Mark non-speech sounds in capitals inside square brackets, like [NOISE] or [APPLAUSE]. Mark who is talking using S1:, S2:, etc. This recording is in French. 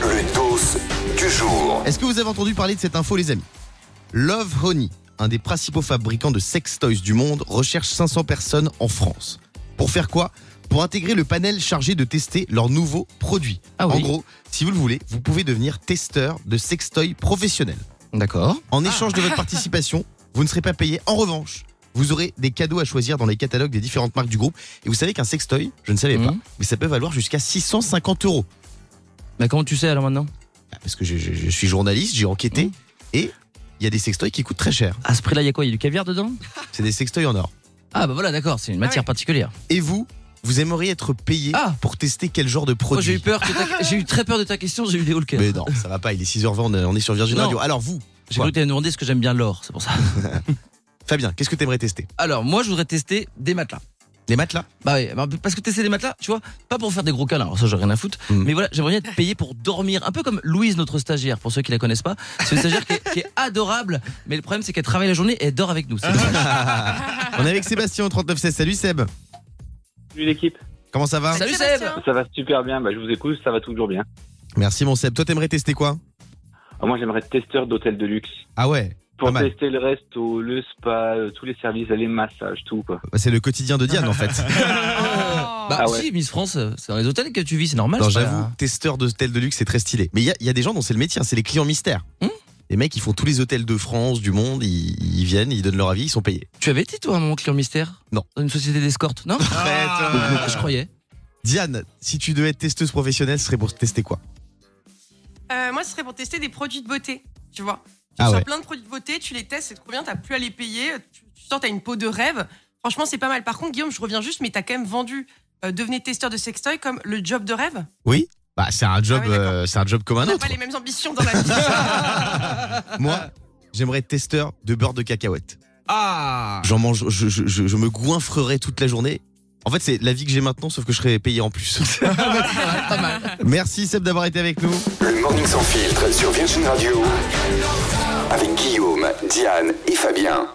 S1: Le dos du jour.
S2: Est-ce que vous avez entendu parler de cette info, les amis Love Honey, un des principaux fabricants de sex toys du monde, recherche 500 personnes en France. Pour faire quoi Pour intégrer le panel chargé de tester leurs nouveaux produits.
S3: Ah oui.
S2: En gros, si vous le voulez, vous pouvez devenir testeur de sextoy professionnel.
S3: D'accord.
S2: En échange
S3: [LAUGHS]
S2: de votre participation, vous ne serez pas payé. En revanche, vous aurez des cadeaux à choisir dans les catalogues des différentes marques du groupe. Et vous savez qu'un sextoy, je ne savais pas,
S3: Mhm.
S2: mais ça peut valoir jusqu'à 650 euros.
S3: Mais Bah, comment tu sais alors maintenant
S2: Ah, Parce que je, je- je suis journaliste, j'ai enquêté,
S3: Mhm.
S2: et il y a des sextoys qui coûtent très cher.
S3: À ce prix-là, il y a quoi Il y a du caviar dedans
S2: C'est des sextoys en or.
S3: Ah bah voilà, d'accord, c'est une matière particulière.
S2: Et vous, vous aimeriez être payé
S3: Ah.
S2: pour tester quel genre de
S3: Moi
S2: produit
S3: j'ai eu peur, que [LAUGHS] ta- j'ai eu très peur de ta question, j'ai eu des haut le cœur.
S2: Mais non, ça va pas, il est 6h20, on est- on est sur Virgin
S3: Non.
S2: Radio. Alors vous,
S3: J'ai cru que t'allais me demander ce que j'aime bien l'or, c'est pour ça.
S2: Fabien, qu'est-ce que t'aimerais tester
S3: Alors moi je voudrais tester des matelas.
S2: Les
S3: [LAUGHS]
S2: matelas
S3: Bah oui, bah, parce que tester des matelas, tu vois, pas pour faire des gros câlins, alors ça j'ai rien à foutre,
S2: Mm.
S3: mais voilà, j'aimerais bien être payé pour dormir, un peu comme Louise, notre stagiaire, pour ceux qui la connaissent pas. C'est une stagiaire qui est, qui est adorable, mais le problème c'est qu'elle travaille la journée et elle dort avec
S4: Ah.
S3: nous. c'est dommage.
S2: On est avec Sébastien au 3916. Salut Seb,
S4: Salut l'équipe.
S2: comment ça va
S3: Salut
S5: Sébastien.
S4: Ça va super bien, bah, je vous écoute, ça va toujours bien.
S2: Merci mon Seb. Toi, t'aimerais tester quoi
S4: Alors, moi j'aimerais être testeur d'hôtel de luxe.
S2: Ah ouais,
S4: Pour
S2: Pas mal.
S4: tester le resto, le spa, euh, tous les services, les massages, tout quoi.
S2: Bah, c'est le quotidien de Diane en fait.
S5: Oh.
S3: Bah
S4: Ah ouais.
S3: si, Miss France, euh, c'est dans les hôtels que tu vis, c'est
S5: Ah,
S3: normal.
S2: Non,
S3: c'est pas-
S5: hein.
S2: j'avoue, testeur d'hôtel de luxe, c'est très stylé. Mais il y a- il y, a des gens dont c'est le métier, hein, c'est les clients mystères.
S5: Hum.
S3: Hmm
S2: les mecs, ils font tous les hôtels de France, du monde, ils, ils viennent, ils donnent leur avis, ils sont payés.
S3: Tu avais été toi un moment client mystère
S2: Non.
S3: Dans une société d'escorte, non Ah,
S2: Euh.
S3: Je croyais.
S2: Diane, si tu devais être testeuse professionnelle, ce serait pour tester quoi
S5: Euh, moi, ce serait pour tester des produits de beauté, tu vois. Tu
S2: Ah
S5: sors
S2: ouais.
S5: plein de produits de beauté, tu les testes, c'est trop bien, t'as plus à les payer, tu, tu sors, t'as une peau de rêve. Franchement, c'est pas mal. Par contre, Guillaume, je reviens juste, mais t'as quand même vendu euh, devenez testeur de sextoy comme le job de rêve.
S2: Bah, c'est un job,
S5: Ah oui, d'accord.
S2: euh, c'est un job comme
S5: On
S2: un
S5: n'a
S2: autre.
S5: pas les mêmes ambitions dans la vie.
S2: Moi, j'aimerais être testeur de beurre de cacahuète. Ah J'en mange, je, je- je- je me goinfrerais toute la journée. En fait, c'est la vie que j'ai maintenant, sauf que je serais payé en plus.
S5: [LAUGHS]
S2: Merci Seb d'avoir été avec nous.
S1: Le morning sans filtre sur Virgin Radio. Avec Guillaume, Diane et Fabien.